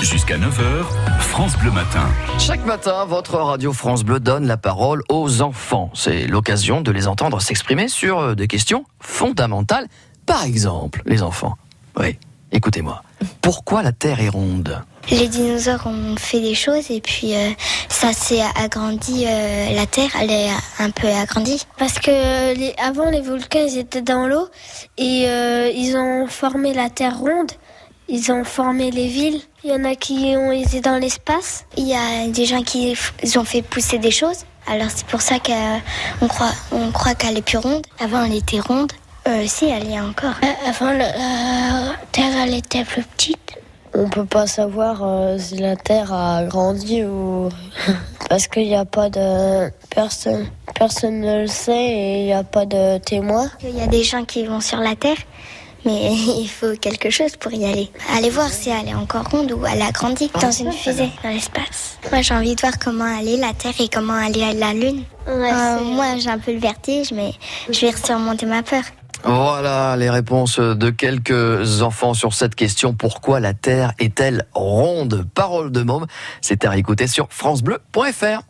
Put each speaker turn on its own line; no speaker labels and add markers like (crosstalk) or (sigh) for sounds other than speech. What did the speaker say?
Jusqu'à 9h, France Bleu Matin.
Chaque matin, votre radio France Bleu donne la parole aux enfants. C'est l'occasion de les entendre s'exprimer sur euh, des questions fondamentales. Par exemple, les enfants. Oui, écoutez-moi. Pourquoi la Terre est ronde
Les dinosaures ont fait des choses et puis euh, ça s'est agrandi. euh, la Terre, elle est un peu agrandie.
Parce que euh, les, avant les volcans ils étaient dans l'eau et euh, ils ont formé la Terre ronde, ils ont formé les villes. Il y en a qui ont été dans l'espace.
Il y a des gens qui f- ils ont fait pousser des choses. Alors c'est pour ça qu'on croit, on croit qu'elle est plus ronde. Avant, elle était ronde. Euh, si, elle y est encore.
Euh, Avant la Terre elle était plus petite.
On peut pas savoir euh, si la Terre a grandi ou (laughs) parce qu'il n'y a pas de personne, personne ne le sait et il n'y a pas de témoin.
Il y a des gens qui vont sur la Terre, mais (laughs) il faut quelque chose pour y aller. Allez voir si elle est encore ronde ou elle a grandi dans une fusée, dans l'espace. Moi, j'ai envie de voir comment elle est la Terre et comment elle est la Lune. Euh, moi, j'ai un peu le vertige, mais je vais surmonter ma peur.
Voilà les réponses de quelques enfants sur cette question. Pourquoi la Terre est-elle ronde Parole de môme. C'est à réécouter sur FranceBleu.fr.